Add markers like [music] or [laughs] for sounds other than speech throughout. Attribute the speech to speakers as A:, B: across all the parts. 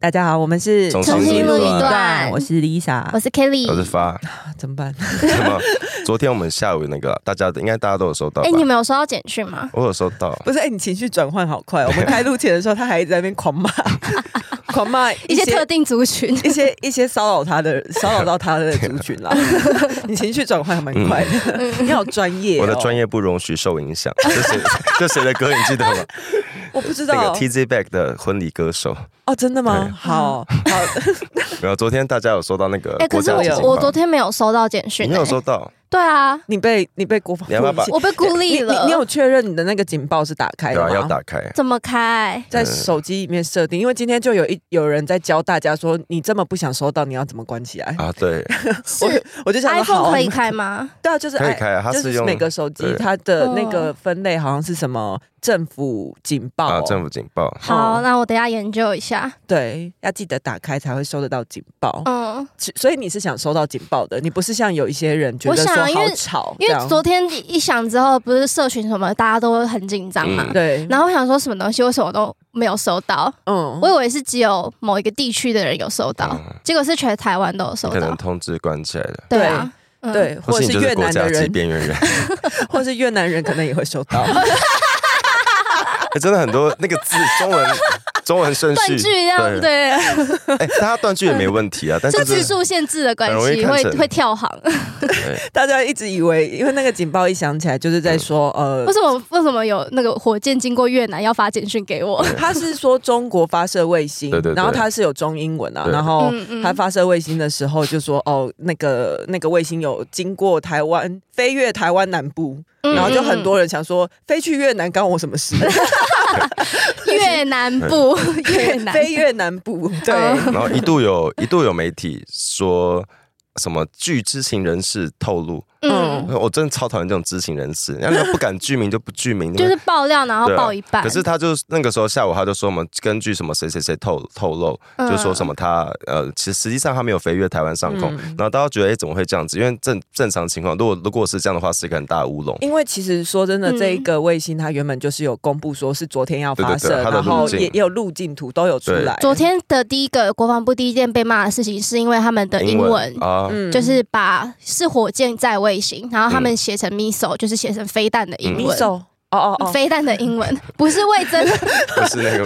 A: 大家好，我们是
B: 重重新录一段
C: 段
A: 我是 Lisa，啊
C: 我是 Kelly
B: 我。是发
C: 嗯
A: 怎么
C: [laughs]
A: 办？
B: [laughs] 什么？昨天我们下午那个，大家应该大家都有收到吧
C: 哎、？你们有收到简讯吗？
B: 我有收到，
A: 不是，哎、你情绪转换好快哦。我们开录前的时候，他还一直在那边狂骂， [laughs] 狂骂
C: 一
A: 一
C: 些
A: 些
C: 特定族群，
A: [laughs] 一些一些骚扰他的骚扰到他
B: [laughs]
A: 的族群啦。 [laughs] 你情绪转换还蛮快的，
C: 嗯
A: 你好专业、哦。
B: 嗯我的专
A: 业
B: 业不容许受影响。这谁这谁的歌你记得吗？
A: 我不知
B: 那个哎
A: 道
B: TZ Back 的婚礼歌手。
A: 哦，真的吗
B: 对？
A: 好好，
B: 然后昨天大家有收到那个
C: 哎、可
B: 国
C: 是
B: 家
C: 我
B: 基金
C: 我
B: 吧
C: 昨天没有收到简讯、
B: 你有
C: 哎
B: 收到？
C: 对啊，
A: 你被你被国防
B: 你要不要把
C: 我被孤立
A: 你
C: 了。
A: 你你有确认你的那个警报是打开
B: 对
A: 的吗？
C: 哎
B: 啊，要打开。
C: 怎么开？
A: 在手机里面设定，因为今天就有一有人在教大家说，你这么不想收到，你要怎么关起来？
B: 啊，对，
C: 是
A: [laughs] 我就想说，好
C: iPhone
A: 啊，
C: 可以开吗？
A: [laughs] 对啊，就是
B: 可以
A: i-
B: 开啊它
A: 就是
B: 用
A: 每个手机
B: 对
A: 它的那
C: 哦
A: 个分类好像是什么政府警报、
B: 啊，
A: 哦，
B: 政府警报，
C: 好，
A: 嗯
C: 那我等一下研究一下。
A: 对，要记得打开才会收得到警报。
C: 嗯，
A: 其所以你是想收到警报的，你不是像有一些人觉得
C: 我
A: 说
C: 想啊因
A: 好
C: 为
A: 吵，
C: 因
A: 这样
C: 为昨天一响之后，不是社群什么，大家都很紧张嘛。
B: 嗯
A: 对，
C: 然后我想说，什么东西为什么都没有收到？
A: 嗯
C: 我以为是只有某一个地区的人有收到，
B: 嗯
C: 结果是全台湾都有收
B: 可能
C: 到。
B: 通知关起来了，
C: 对啊，嗯，
A: 对，或
B: 或
A: 者
B: 是你
A: 是
B: 就
A: 越
B: 是国
A: 南
B: 家
A: 的
B: 级
A: 人，
B: 边缘人。
A: 或者是越南人可能也会收到。 [laughs]
B: 哎真的很多那个字，中文中文顺序
C: 断句这样，对，
B: 哎，大家断句也没问题啊，但
C: 就是字
B: 就是
C: 数限制的关
B: 很容易
C: 系，
B: 看
C: 会
B: 成
C: 会跳
B: [laughs]
C: 行。
A: 大家一直以为，因为那个警报一响起来，就是在说，呃
C: 为，什么为什么有那个火箭经过越南要发简讯
B: [laughs]
C: 给我？
A: 他是说中国发射卫星，
B: 对对对
A: 然后他是有中英文啊，
B: 对
A: 然后
C: 嗯嗯
A: 他发射卫星的时候就说，哦，那个那个卫星有经过台湾，飞越台湾南部，
C: 嗯
A: 然后就很多人想说，飞去越南干我什么
C: [laughs]
A: 事？
C: 嗯越南部
B: 嗯
C: [laughs] 越
A: [laughs]
C: 南
A: 飞越南
C: [laughs]
A: 部，对，
C: 嗯
B: 然后一度有一度有媒体说什么据知情人士透露，
C: 嗯，
B: 我真的超讨厌这种知情人士，然后不敢具名就不具名，
C: [laughs] 就是爆料然后
B: 对啊
C: 爆一半，
B: 可是他就那个时候下午，他就说我们根据什么谁谁谁透透露，就说什
C: 么
B: 么他呃，其实实际上他没有飞越台湾上空，
A: 嗯
B: 然后大家觉得哎、诶怎么会这样子？因为正正常情况，如果如果是这样的话，是一个很大的乌龙。
A: 因为其实说真的，
C: 嗯
A: 这一个卫星它原本就是有公布说是昨天要发射，
B: 对对对它的
A: 然后
B: 路径
A: 也也有路径图都有出
B: 对
A: 来。
C: 昨天的第一个国防部第一件被骂的事情，是因为他们的英文。
B: 啊，
A: 嗯
C: 就是把是火箭载卫星，然后他
B: 嗯
C: 们写成 missile，就是写成飞弹的英
A: 米
C: 文，
A: 手，哦哦哦
C: 飞弹的英文不是魏征。
B: 不是
C: [laughs]
B: 那个，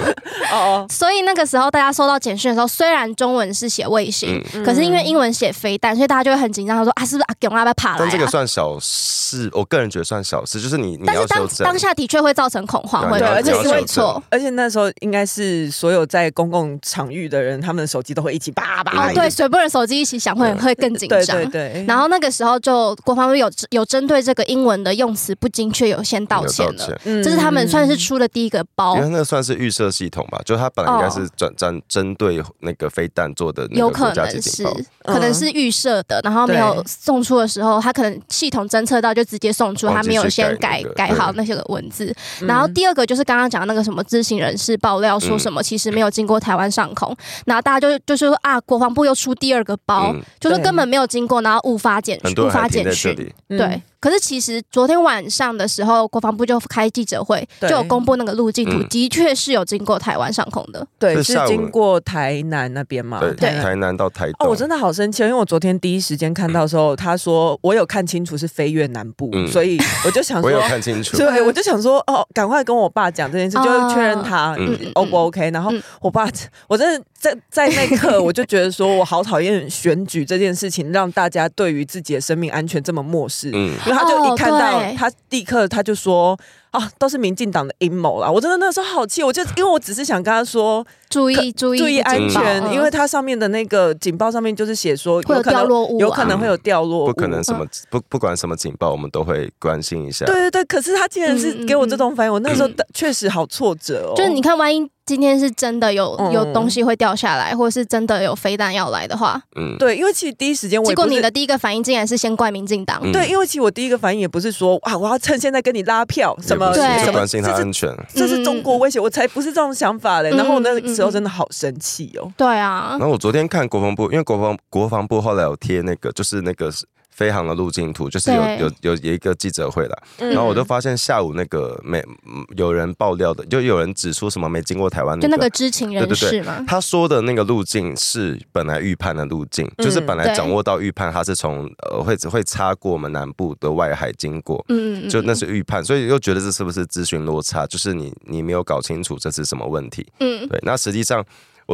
A: 哦哦，
C: 所以那个时候大家收到简讯的时候，虽然中文是写卫星，
B: 嗯
A: 嗯
C: 可是因为英文写飞弹，所以大家就会很紧张，他说啊，是不是阿勇阿被爬来、
B: 但这个
C: 啊？
B: 算小事，我个人觉得算小事，就是你你
C: 但
B: 要
C: 是当
B: 修正
C: 当。下的确会造成恐慌，
B: 对啊
A: 对
C: 会
A: 而且
C: 会
A: 因为
C: 会错。
A: 而且那时候应该是所有在公共场域的人，他们的手机都会一起叭叭叭
C: 哦，
A: 一直。
C: 对，随部人手机一起响会会更紧
A: 啊对
C: 张
A: 对。对。
C: 然后那个时候就国防部有有针对这个英文的用词不精确，有先道歉
B: 有道
C: 了
B: 歉。
A: 嗯
B: 嗯
C: 这是他们算是出了第一个包
B: 因为，那个算是预设系统吧，就它本来应该是转针针对那个飞弹做的那
C: 哦有
B: 个
C: 可
B: 国家级
C: 能是
B: 警报，
C: 可能是预设的，然后没有
A: 嗯对
C: 送出的时候，他可能系统侦测到就直接送出，
B: 忘记
C: 他没有先
B: 哦去
C: 改
B: 改那个
C: 改好那些个文字。
A: 嗯
C: 然后第二个就是刚刚讲那个什么知情人士爆料
B: 嗯
C: 说什么其实没有经过台湾上空，然后大家就就说啊，国防部又出第二个包
B: 嗯，
C: 就是
A: 对
C: 根本没有经过，然后误发简
B: 很
C: 讯，
B: 多
C: 误
B: 人还
C: 发
B: 停
C: 简
B: 在这
C: 讯。
B: 里。
A: 嗯
C: 对，可是其实昨天晚上的时候，国防部就开记者会，就
A: 对
C: 有公布那个路径图，
B: 嗯
C: 的确是有经过台湾上空的。
A: 对
B: 是
A: 是
B: 下午
A: 经过台南那边嘛？
B: 对，
A: 台南
B: 台南到台
A: 哦，
B: 东，
A: 我真的好生气哦，因为我昨天第一时间看到的时候，他说我有看清楚是飞越南部，
B: 嗯
A: 所以我就想
B: [laughs]
A: 说
B: 我有。看清楚，
A: 对，我就想说，哦，赶快跟我爸讲这件事，
C: 哦
A: 就是确认他
B: 嗯
C: 嗯
A: O 不 OK。然后
C: 嗯
A: 我爸，我真的在在那一刻，我就觉得说我好讨厌选举这件事情，让大家对于自己的生命安全这么漠视。
B: 嗯，
A: 因为他就一看到、
C: 哦对
A: 他立刻他就说啊，都是民进党的阴谋啦！我真的那时候好气，我就因为我只是想跟他说
C: 注意注意
A: 注意安
C: 警报
A: 全，
C: 嗯
A: 因为它上面的那个警报上面就是写说
C: 会有
A: 可能
C: 掉落物啊
A: 有可能会有掉落物，
B: 不可能什么
C: 嗯
B: 不不管什么警报，我们都会关心一下。
A: 对对对，可是他竟然是给我这种反应，我那时
B: 嗯
A: 候确实好挫折哦。
C: 嗯就是你看，万一今天是真的有、
A: 嗯
C: 有东西会掉下来，或者是真的有飞弹要来的话，
B: 嗯，
A: 对，因为其实第一时间我
C: 结
A: 也不
C: 果
A: 是
C: 你的第一个反应竟然是先怪民进党。
B: 嗯
A: 对，因为其实我第一个反应也不是说啊，我要趁现在跟你拉票什么
B: 也不
C: 对
B: 是
A: 什
B: 就
A: 么，
B: 关心他
A: 这是
B: 安全。
A: 这是中国威胁，我才不是这种想法嘞。
C: 嗯
A: 然后我那时候真的好生气哦。
C: 对啊
B: 嗯然，后我昨天看国防部，因为国防国防部后来有贴那个，就是那个飞航的路径图，就是有
C: 对
B: 有有有一个记者会了，
A: 嗯
B: 然后我就发现下午那个没嗯有人爆料的，就有人指出什么没经过台湾
C: 就那个知情人士嘛，
B: 他说的那个路径是本来预判的路径，
C: 嗯
B: 就是本来
C: 对
B: 掌握到预判，它是从呃会会擦过我们南部的外海经过，
C: 嗯，嗯
B: 就那是预判，所以又觉得这是不是资讯落差？就是你你没有搞清楚这是什么问题。
C: 嗯。嗯
B: 对，那实际上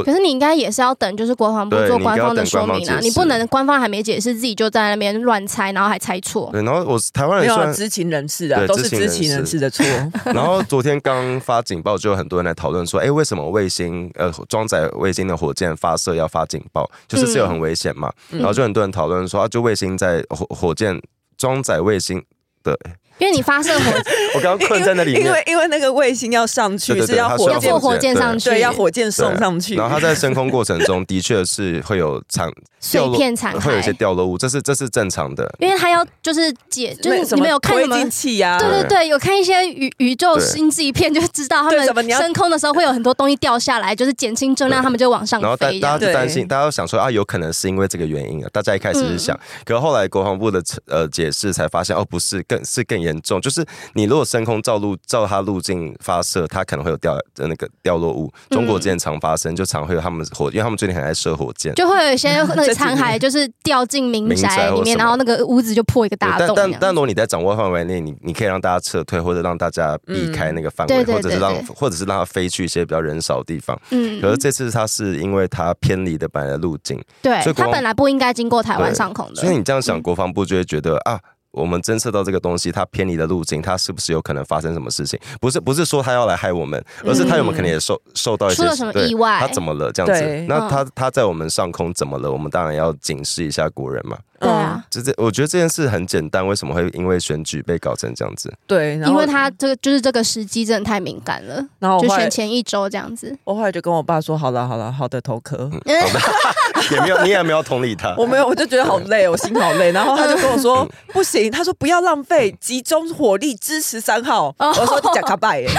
C: 可是你应该也是要等，就是国防部
B: 对
C: 做
B: 你应该
C: 官
B: 要
C: 方的
B: 等
C: 说
B: 官方
C: 明啊，
B: 解
C: 你不
B: 释
C: 能官方还没解释，自己就在那边乱猜，然后还猜错。
B: 对，然后我台湾
A: 没有
B: 人虽
A: 啊
B: 然，
A: 知情人士啊，
B: 对
A: 都是知
B: 知
A: 情
B: 情
A: 人
B: 人
A: 士
B: 士
A: 的错。
B: 然后昨天刚发警报，就有很多人来讨论说，哎，为什么卫星呃装载卫星的火箭发射要发警报？就是这有很危险嘛？
A: 嗯
B: 然后就很多人讨论说，啊，就卫星在火火箭装载卫星的，
C: 因为你发射
B: [laughs]
C: 火，
B: 我刚 [laughs] 刚困在那里
A: 因
B: 面
A: 为。 [laughs] 因为那个卫星要上去
B: 对对
A: 是
B: 对，
A: 要
B: 它
A: 火
C: 要
A: 箭
C: 坐火箭
B: 对
C: 上去
A: 对要火箭送
B: 对
A: 上去，
B: 然后它在升空过程中的确是会有产
C: 碎片残
B: 会有一些
C: 骸，
B: 掉落物，这是这是正常的。
C: 因为他要就是解，就
A: 那
C: 是
A: 什
C: 你
A: 么
C: 们有看
A: 推
C: 什么
A: 进器啊呀，
C: 对对
B: 对
C: 对，有看一些宇宇宙
B: 对
C: 星际片，就知道他
A: 对怎么
C: 们
A: 你要
C: 升空的时候会有很多东西掉下来，就是减轻重量，
B: 对
C: 他们就往上
B: 然后大
C: 飞这
B: 大家
C: 样。
B: 就担心，
A: 对
B: 大家都想说啊，有可能是因为这个原因啊。大家一开始是想，
C: 嗯
B: 可是后来国防部的呃解释才发现，哦，不是，更是更严重，就是你如果升空照路照它路径发射，它可能会有掉呃那个掉落物。中国之前常发生，就常会有他们火，因为他们最近很爱射火箭。
C: 嗯就会有一些那
A: 这几
C: 个残骸，
A: 年
C: 就是掉进民
B: 民宅 [laughs]
C: 宅里
B: 或
C: 面，
B: 什么
C: 然后那个屋子就破一个大
B: 对
C: 洞
B: 但
C: 这
B: 但但
C: 样。
B: 如果你在掌握范围内，你你可以让大家撤退，或者让大家避开那个范围，
C: 嗯对对
B: 或者是
C: 对
B: 让
C: 对
B: 或者是让它飞去一些比较人少的地方。
C: 嗯
B: 可是这次它是因为它偏离的本来的路径，
C: 对
B: 所以，国
C: 它
B: 王
C: 本来不应该经过台湾
B: 对
C: 上空的
B: 所。以你这样想，
C: 嗯
B: 国防部就会觉得啊。我们侦测到这个东西，它偏离的路径，它是不是有可能发生什么事情？不是，不是说他要来害我们，而是他有没有可能也受受到一些
C: 嗯出了什么
B: 对
C: 意外
B: 他怎么了？这样子
A: 对，
B: 那他他在我们上空怎么了？我们当然要警示一下国人嘛。
C: 对啊，
B: 就这，我觉得这件事很简单，为什么会因为选举被搞成这样子？
A: 对，然
C: 因
A: 后
C: 为它这个就是这个时机真的太敏感了，
A: 然后我
C: 就
A: 后来
C: 选前一周这样子。
A: 我后来就跟我爸说，好了好了，好的头壳。
B: 嗯好的，也没有，你也没有同理他。
A: [laughs] 我没有，我就觉得好累，我心好累。然后他就跟我
B: 嗯
A: 说：“不行，他说不要浪费，集中火力支持三号。”
C: 哦
A: 我说：“你讲卡拜耶。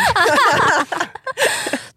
B: 然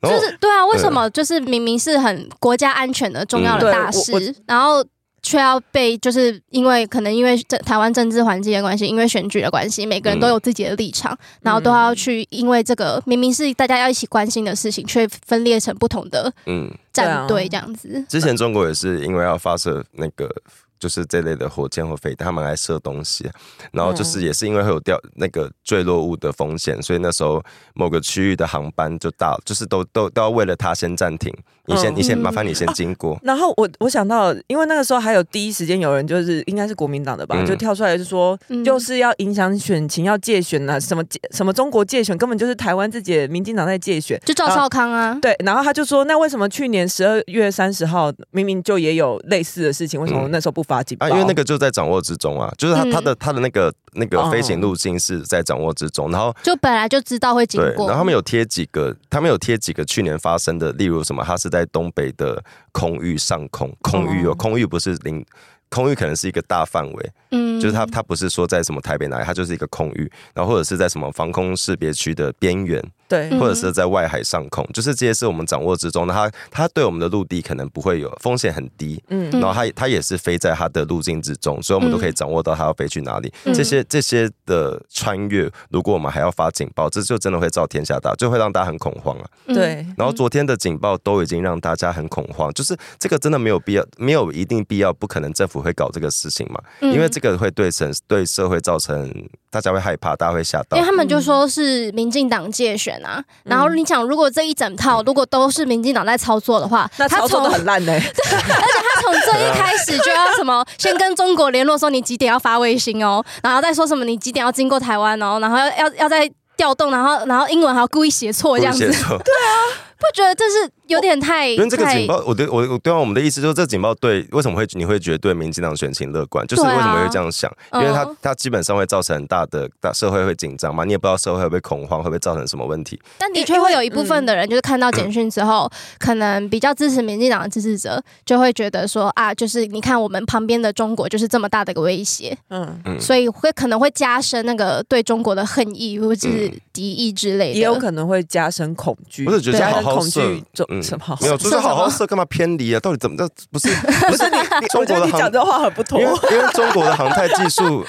C: 就
B: 后
C: 是对啊，为什么就是明明是很国家安全的重要
B: 嗯
C: 的
A: 对
C: 大
A: 我我
C: 事，然后却要被就是因为可能因为这台湾政治环境的关系，因为选举的关系，每个人都有自己的立场，然后都要去因为这个明明是大家要一起关心的事情，却分裂成不同的
B: 嗯，
C: 战
A: 对
C: 队
A: 啊
C: 这样子。
B: 之前中国也是因为要发射那个就是这类的火箭或飞弹，他们来射东西啊，然
A: 嗯
B: 后就是也是因为会有掉那个坠落物的风险，所以那时候某个区域的航班就大，就是都都都要为了它先暂停，你先
A: 嗯
B: 你先
C: 嗯
B: 麻烦你先经过”，
A: 然后我我想到，因为那个时候还有第一时间有人就是应该是国民党的吧，
B: 嗯
A: 就跳出来就说。
C: 嗯
A: 就是要影响选情，要借选呐、什么借什么中国借选，根本就是台湾自己的民进党在借选。
C: 就赵少康啊，
A: 对，然后他就说，那为什么去年十二月三十号明明就也有类似的事情，为什么
B: 嗯
A: 那时候不发警报？
B: 啊，因为那个就在掌握之中啊，就是它
C: 嗯
B: 它的它的那个那
A: 哦
B: 个飞行路径是在掌握之中，然后
C: 就本来就知道会经
B: 对，
C: 过，
B: 然后他们有贴几个，他们有贴几个去年发生的，例如什么，它是在东北的空域上空，空域哦，
A: 哦
B: 空域不是零，空域可能是一个大范围，
C: 嗯
B: 就是它它不是说在什么台北哪里，它就是一个空域，然后或者是在什么防空识别区的边缘，
A: 对，
C: 嗯
B: 或者是在外海上空，就是这些是我们掌握之中的，它它对我们的陆地可能不会有风险很低。
A: 嗯
B: 然后它它也是飞在它的路径之中，所以我们都可
C: 嗯
B: 以掌握到它要飞去哪里。这些这些的穿越，如果我们还要发警报，这就真的会造天下大，就会让大家很恐慌啊。
C: 嗯
A: 对，
B: 然后昨天的警报都已经让大家很恐慌，就是这个真的没有必要，没有一定必要，不可能政府会搞这个事情嘛，
C: 嗯
B: 因为这个会对成对社会造成大家会害怕，大家会吓到
C: 因为。他们就说是民进党借选啊，然后你想，如果这一整套如果都是民进党在操作的话，
A: [laughs] 那
C: 他
A: 操作
C: 从
A: 的很烂呢、欸
C: [laughs] 他从这一开始就要什么，先跟中国联络说你几点要发卫星哦，然后再说什么你几点要经过台湾哦，然后要要要再调动，然后然后英文还要故意写错
B: 故
C: 这
B: 意
C: 样
B: 写
C: 子，
B: 错，
C: 不觉得这是有点太
B: 因为这个警
C: 太
B: 报，我对我我对啊，我们的意思就是，这警报对为什么会你会觉得对民进党选情乐观，就是为
C: 对啊
B: 什么会这样想？因
C: 嗯
B: 为它它基本上会造成很大的大社会会紧张嘛，你也不知道社会会不会恐慌，会不会造成什么问题。
C: 但的确会有一部分的人，就是看到简讯之后，可能比较支持民进党的支持者，就会觉得说啊，就是你看我们旁边的中国就是这么大的一个威胁，
A: 嗯，
B: 嗯
C: 所以会可能会加深那个对中国的恨意或者是敌意之类的。
A: 也有可能会加深恐惧。
B: 我是觉得
A: 加
B: 好
A: 深
B: 好
A: 恐
B: 色
A: 惧，就
B: 嗯
A: 什么？
B: 没有，就是
C: 色
B: 好好
C: 什么
B: 色，干嘛偏离啊？到底怎么这
A: [laughs]
B: 不是不是你中
A: 我觉得
B: 国的
A: 你讲
B: 航
A: 这话很不妥
B: 因。为因为中国的航太技术，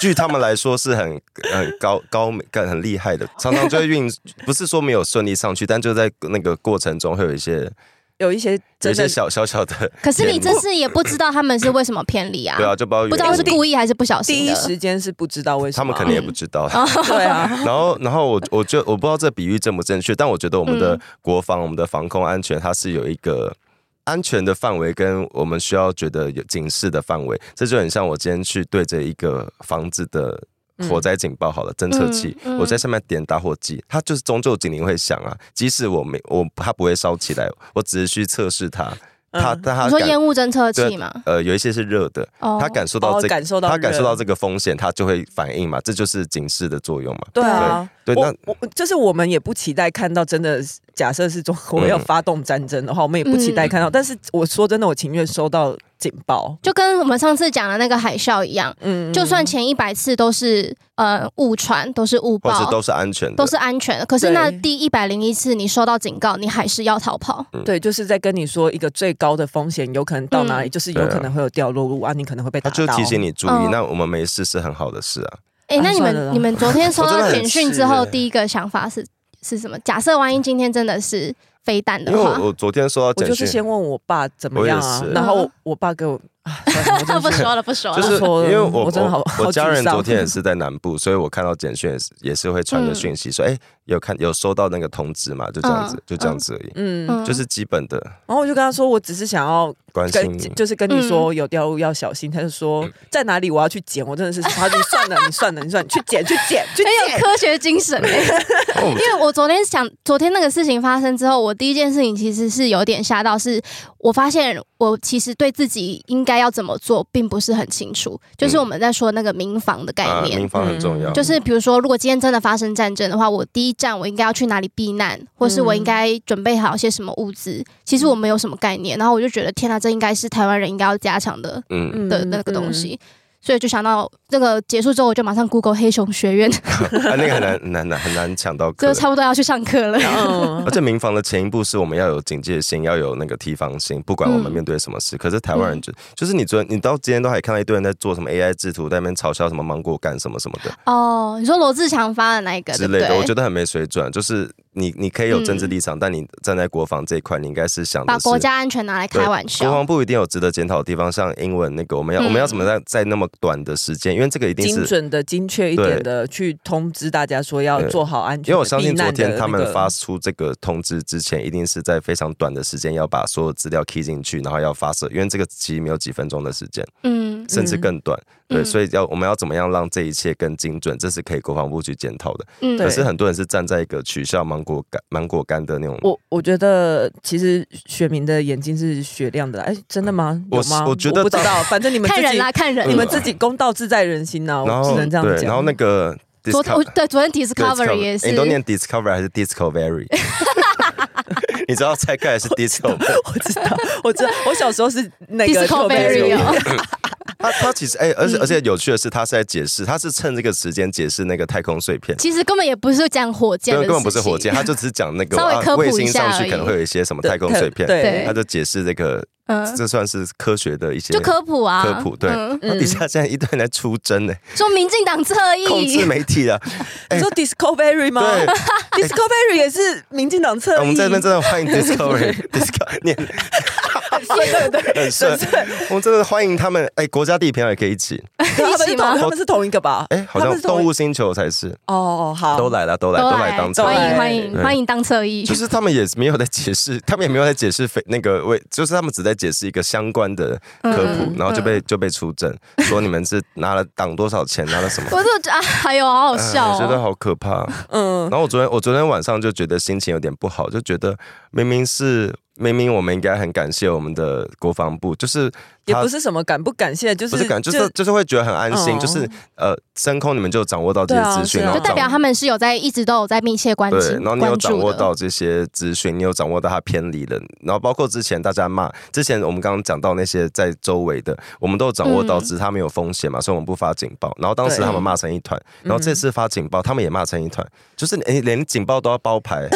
B: 据他们来说是很很高高明、更很厉害的，常常就会运， [laughs] 不是说没有顺利上去，但就在那个过程中会有一些
A: 有一些
B: 有
A: 真
B: 一些
A: 的
B: 小小小的
C: 可是你
B: 偏
C: 这
B: 离
C: 次也不知道他们是为什么偏离啊？
B: 对啊，就包括
C: 不知道是故意还是不小
A: 第
C: 心
A: 一
C: 的。
A: 时间是不知道为什么，
B: 他们肯定也不知道。
C: 嗯
A: [laughs] 对啊，
B: [laughs] 然
C: [laughs]
B: 后，然后我我觉得我不知道这比喻正不正确，但我觉得我们的
C: 嗯
B: 国防、我们的防空安全，它是有一个安全的范围，跟我们需要觉得有警示的范围。这就很像我今天去对着一个房子的火灾警报好了，侦测器，
C: 嗯嗯嗯
B: 我在上面点打火机，它就是终究警铃会响啊。即使我没我它不会烧起来，我只是去测试它，它
A: 嗯
B: 但它
C: 你说
B: 感
C: 烟雾侦测器
B: 对
C: 嘛？
B: 呃有一些是热的，
C: 哦
B: 它感受到
A: 哦
B: 这个
A: 感受到
B: 它感受
A: 热
B: 到这个风险，它就会反应嘛，这就是警示的作用嘛。
A: 对啊。
B: 对，那
A: 我我就是我们也不期待看到真的，假设是中国要发动战争的话，我们也不期待
C: 嗯
A: 看到。但是我说真的，我情愿收到警报。
C: 就跟我们上次讲的那个海啸一样，
A: 嗯，
C: 就算前一百次都是呃误传，都是误
B: 或者
C: 报，
B: 都是安全的，
C: 都是安全的。可是
A: 对
C: 那第一百零一次你收到警告，你还是要逃跑。
A: 对，就是在跟你说一个最高的风险有可能到哪里，就是有可能会有掉落物啊，你可能会被打
B: 他
A: 到。
B: 就提醒你注意。
C: 嗯
B: 那我们没事是很好的事
A: [laughs]
B: 啊，
C: 哎、
A: 啊
C: 那你
A: 算了啦
C: 们你们昨天收
B: 我真的
C: 到
B: 很
C: 简讯
B: 气
C: 之后，
B: 耶
C: 第一个想法是是什么？假设万一今天真的是飞弹
B: 因
C: 的
B: 为
C: 话，
B: 我我昨天收到
A: 我
B: 简
A: 就是
B: 讯，
A: 先问我爸怎么样
B: 我
A: 啊
B: 也，是
A: 然后我爸给我，啊算了我真的
C: [laughs] 不
A: 是
C: 说了，不说了。
B: 就是
A: [laughs] 我说了
B: 因为我
A: 我真的好好
B: 我家人
A: 沮丧
B: 昨天也是在南部，所以我看到简讯也是也是会传个
C: 嗯
B: 讯息说，哎，有看有收到那个通知嘛？就这样子
C: 嗯，
B: 就这样子而已，
A: 嗯，
C: 嗯
B: 就是基本的
A: 然后我就跟他说，我只是想要
B: 关
A: 跟 [laughs]
B: 心。嗯
A: 就是跟你
C: 嗯
A: 说有掉入要小心，他就说在哪里我要去捡，我真的是，他就算了，你算了，你算了，你去捡去捡去
C: 很有
A: 捡。
C: 科学精神、欸。
B: 嗯
C: 因为我昨天想，昨天那个事情发生之后，我第一件事情其实是有点吓到，是我发现我其实对自己应该要怎么做并不是很清楚。就是我们在说那个民防的概
B: 嗯啊，
C: 念，
B: 民防很重要，
A: 嗯
C: 就是比如说，如果今天真的发生战争的话，我第一站我应该要去哪里避难，或是
B: 嗯
C: 我应该准备好些什么物资。其实我没有什么概念，然后我就觉得天呐，啊这应该是台湾人应该要加强的
B: 嗯，
A: 嗯
C: 的那个东，西。所以就想到这个结束之后，我就马上 Google 黑熊学院，
B: [laughs]
C: [laughs]
B: 啊，那个很难很难很难抢到
C: 就
B: 课。
C: 差不多要去上课了。
B: [laughs]
A: 嗯，
B: 而且民防的前一步是我们要有警戒心，要有那个提防心，不管我们
C: 嗯
B: 面对什么事。可是台湾人就、就是你昨天你到今天都还看到一堆人在做什么 AI 制图，在那边嘲笑什么芒果干什么什么的
C: 哦，你说罗志强发的那一个
B: 之类的，
C: 对不对嗯
B: 我觉得很没水准。就是你你可以有政治立场，但你站在国防这一块，你应该是想的
C: 把
B: 是
C: 国家安全拿来开玩
B: 国
C: 笑，
B: 防部一定有值得检讨的地方，像英文那个，我们要、
C: 嗯
B: 我们要怎么在在那么短的时间，因为这个一定
A: 精
B: 是。
A: 准的、精确一点的去通知大家说要
B: 对
A: 做好安全的。
B: 因为我相信
A: 避
B: 昨
A: 难的
B: 天他
A: 那
B: 们
A: 个
B: 发出这个通知之前，一定是在非常短的时间要把所有资料 key 进去，然后要发射，因为这个其实没有几分钟的时间，
C: 嗯，
B: 甚至更短。对，
C: 嗯
B: 所以要我们要怎么样让这一切更精准，这是可以国防部去检讨的。
C: 嗯
B: 可
A: 对
B: 是很多人是站在一个取笑芒果干、芒果干的那种。
A: 我我觉得其实雪明的眼睛是雪亮的啦，哎，真的吗？
B: 我
A: 有吗？
B: 我觉得
A: 不知道，反正你们自
C: 看人
A: 己
C: 啦，看
B: 嗯
C: 人。
A: 你们自己公道自在人心呐，
B: 然
A: 我
B: 后
A: 只能这样
B: 对，
A: 讲。
B: 然后那个
C: 昨
B: disco-
C: 我对昨天
B: 对
C: Discovery 也
B: 诶
C: 是
B: 你都念 discover 还是
A: [laughs]
B: discovery？你知道蔡盖是
A: [laughs]
B: disco，
A: 我知道，我知道，我小时候是那个
C: Discovery 哦
B: [laughs] 他他其实哎、而且而且有趣的是，他是在解释，他是趁这个时间解释那个太空碎片。
C: 其实根本也不是讲火箭
B: 对，
C: 的事情，
B: 根本不是火箭，他就只是讲那个
C: [laughs]
B: 啊
C: 稍微科普
B: 卫
C: 一
B: 星
C: 下
B: 上去
C: 而已
B: 可能会有一些什么 [laughs] 太空碎片，
A: 对
B: 他，就解释这个，
C: 嗯，
B: 这算是科学的一些
C: 就科普啊，
B: 科普对
C: 嗯
B: 那底下现在一堆人在出征呢、
C: 说民进党侧
B: 控制
C: 翼，
B: 媒体啊！
A: 你说 Discovery 吗
B: 对，哎
A: [laughs]
C: [laughs]
A: ？Discovery 也是民进党侧翼，
B: 我们在这边真的欢迎
C: [laughs]
B: Discovery，Discovery 念
A: 对对对，
B: 很顺，我们真的欢迎他们。哎，国家地平也可以一起。
A: [laughs] 他们是同他们是同一个吧？
B: 哎，好
A: 他们
B: 像
A: 是同一
B: 动物星球才是，
A: 哦，好，
B: 都来了，都来，
C: 都
B: 来当成
A: 都
C: 欢
A: 来
C: 迎欢迎
B: 对
C: 欢迎当侧翼
B: 就，是他们也没有在解释， [laughs] 他们也没有在解释非那个为，就是他们只在解释一个相关的科普，
C: 嗯
B: 然后就被就被出征，说你们是拿了党多少钱，拿了什么。
C: 我就觉得啊，哎呦，好好笑
B: 哎我觉得
C: 哦，
B: 好可怕。
A: 嗯
B: 然，后我昨天我昨天晚上就觉得心情有点不好，就觉得明明是明明我们应该很感谢我们的国防部，就是
A: 也
B: 他
A: 不是什么感不感谢，就
B: 不
A: 是
B: 是感就是就是会觉得很安心，
A: 嗯
B: 就是呃升空你们就掌握到这
A: 对啊
B: 些资讯，
A: 是啊
B: 然后
C: 就代表
B: 掌
C: 他们是有在一直都有在密切关
B: 对，
C: 心
B: 然后你有
C: 关
B: 掌握
C: 注
B: 到
C: 的，
B: 这些资讯，你有掌握到它偏离了，然后包括之前大家骂，之前我们刚刚讲到那些在周围的，我们都有掌握到，
C: 嗯
B: 只是他们有风险嘛，所以我们不发警报。然后当时
A: 对
B: 他们骂
C: 嗯 [laughs]
B: 成一团，然后这次发警报，他们也骂成一团，就是你哎连警报都要包牌，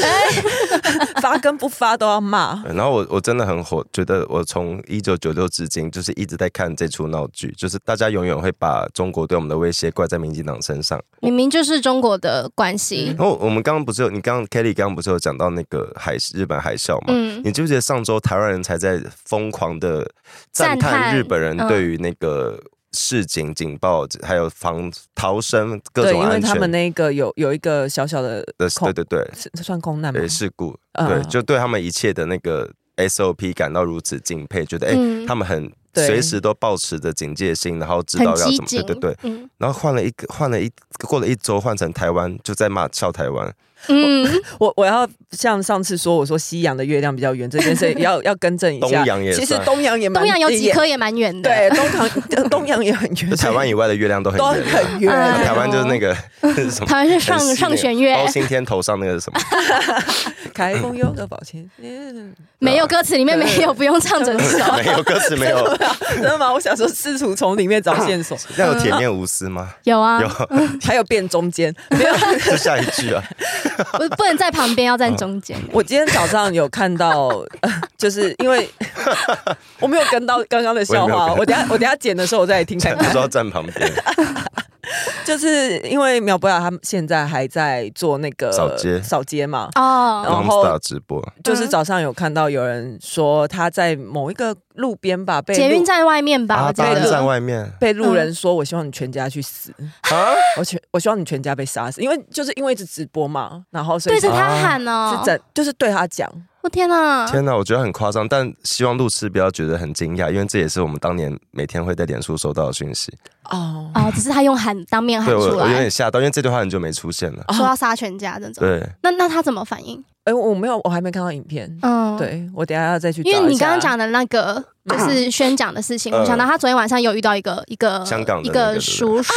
A: 发跟不发都要骂。
B: 对然后我我真的很火，觉得我从一九九六至今就是一直在看这出闹剧，就是大家永远会把中国对我们的威胁怪在民进党身上。
C: 明明就是中国的关系
B: 然，后我们刚刚不是有你刚刚 Kelly 刚刚不是有讲到那个海日本海啸嘛？
C: 嗯，
B: 你记不记得上周台湾人才在疯狂的赞
C: 赞
B: 叹
C: 叹
B: 日本人
C: 嗯
B: 对于那个市警警报，还有防逃生 [laughs] 各
A: 对，
B: 种
A: 因为
B: 安
A: 他
B: 全
A: 们那个有有一个小小的
B: 的，
A: 恐
B: 对对对，
A: 是这算空难吗
B: 对？事故，
A: 嗯
B: 对，
A: 嗯
B: 就对他们一切的那个 SOP 感到如此敬佩，觉得哎、
C: 嗯
B: 他们很
A: 对
B: 随时都保持着警戒心，然后知
C: 很
B: 道要
C: 激
B: 怎么，对
C: 进，
B: 对对。
C: 嗯
B: 然后换了一个，换了一过了一周，换成台湾，就在骂笑台湾。
C: 嗯，
A: 我我要像上次说，我说西洋的月亮比较圆，这件事要要更正一
B: [laughs] 东
A: 下。
B: 洋也
A: 其实
B: 算
A: 东洋也蛮
C: 东洋有几
A: 也
C: 颗也蛮远的，
A: [laughs]
B: [laughs]
A: 对，东洋东洋也很圆，
B: 就台湾以外的月亮都
A: [laughs]
B: 很
A: 都
B: 圆啊，
A: 很圆。嗯
C: 哎
B: 台湾就是那个是什么？
C: 台湾是上
B: 很细那个
C: 上弦月
B: 包，青天头上那个是什么？
A: 开封有个宝钱，嗯
C: 没有歌词里面没有，不用唱整
B: [laughs]
C: 首。
B: 没有歌词，没有。
A: 真的吗？我想说试图从里面找线
B: [laughs]
A: 索，
B: 那有铁面无私吗？
C: 有啊，
B: 有，
A: 还有变中间没有。 [laughs]
B: 就下一句啊。
C: 不不能在旁边，要站中间。
A: 我今天早上有看到，呃就是因
B: [laughs]
A: 为我没有跟到刚刚的笑
B: 我也没有
A: 话，哦
B: 跟
A: 我等下我等下剪的时候我再来听看
B: 不
A: 看
B: 知。道站旁边，
A: 就是因为苗博雅他们现在还在做那个
B: 扫街
A: 扫街嘛，
B: 嗯
C: 哦，
A: 然
B: Monster
A: 后
B: 直播，
A: 就是
C: 嗯
A: 早上有看到有人说他在某一个路边吧被
C: 捷
A: 路
C: 运站嗯外面吧，
B: 啊，
C: 我记
B: 巴士站
C: 得。
B: 外面
A: 被路人说，我希望你全家去死，
B: 啊，
A: 我全我希望你全家被杀死，因为就是因为一直直播嘛，然后所以
C: 对着
A: 是
C: 他喊哦，
A: 整啊就是对他讲，
C: 我天哪！
B: 天哪，我觉得很夸张，但希望路痴不要觉得很惊讶，因为这也是我们当年每天会在脸书收到的讯息。
A: 哦，
C: 哦，只是他用喊当面喊
B: 对我，
C: 啊出
B: 我有点
C: 来，
B: 吓到，因为这句话很久没出现了。
C: 说要杀全家这种。
B: 对，
C: 那那他怎么反应？
A: 哎，我没有，我还没看到影片，
C: 嗯，。
A: 对我等一下要再去找一
C: 因
A: 下，
C: 为你刚刚讲的那个就是宣讲的事情，
B: 嗯
C: 我想到他昨天晚上有遇到一个一个
B: 香港的
C: 一
B: 那个对不对
C: 个叔叔，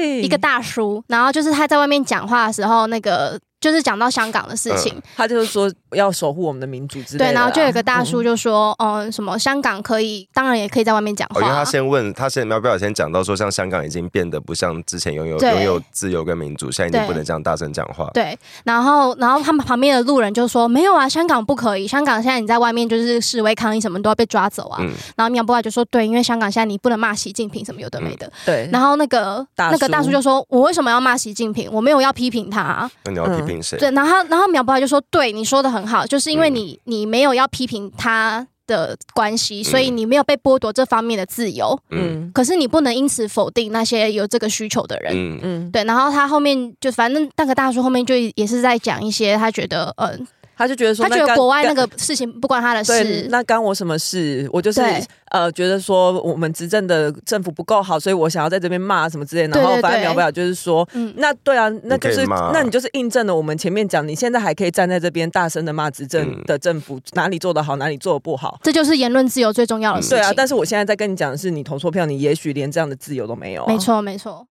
A: 对
C: 一个大叔，
B: 嗯
C: 然后就是他在外面讲话的时候，那个就是讲到香港的事
B: 呃
C: 情，
A: 他就是说要守护我们的民主之类的
C: 对，
A: 啦，
C: 然后就有一个大叔
A: 嗯。
C: 就说，嗯，什么香港可以，当然也可以在外面讲
B: 哦，因为他
C: 话，
B: 先问，他先苗不小先讲到说，像香港已经变得不像之前拥有
C: 对
B: 拥有自由跟民主，现在已经
C: 对
B: 不能这样大声讲话。
C: 对，然后然后他们旁边的路人就说，没有啊，香港不可以，香港现在你在外面就是示威抗议什么都要被抓走啊，
B: 嗯，
C: 然后苗博雅就说，对，因为香港现在你不能骂习近平什么有的没的，
B: 嗯
A: 对，
C: 然后那个
A: 大
C: 那个大
A: 叔
C: 叔就说：“我为什么要骂习近平？我没有要批评他、啊。
B: 那你要批评”谁？
C: 对，然后他然后苗博雅就说：“对，你说的很好，就是因为你、你没有要批评他的关系，所以
B: 嗯
C: 你没有被剥夺这方面的自由。
B: 嗯
A: 嗯
C: 可是你不能因此否定那些有这个需求的人。
B: 嗯，
A: 嗯，
C: 对，然后他后面就反正那个大叔后面就也是在讲一些他觉得，嗯、
A: 他就觉得说
C: 他
A: 那
C: 觉
A: 干，
C: 得国外那
A: 干
C: 个事情不关他的
A: 对，
C: 事，
A: 那干我什么事？我就是
C: 对
A: 呃，觉得说我们执政的政府不够好，所以我想要在这边骂什么之类的。然
C: 对
A: 后
C: 对
A: 反正
C: 对
A: 苗不了，就是说。
C: 嗯，
A: 那对啊，那就
B: 你可
A: 是
B: 以骂啊
A: 那你就是印证了我们前面讲，你现在还可以站在这边大声的骂执政
B: 嗯
A: 的政府、哪里做得好，哪里做得不好。
C: 这就是言论自由最重要的事情。
A: 对啊，但是我现在在跟你讲的是，你投错票，你也许连这样的自由都没有、
C: 没。错没错，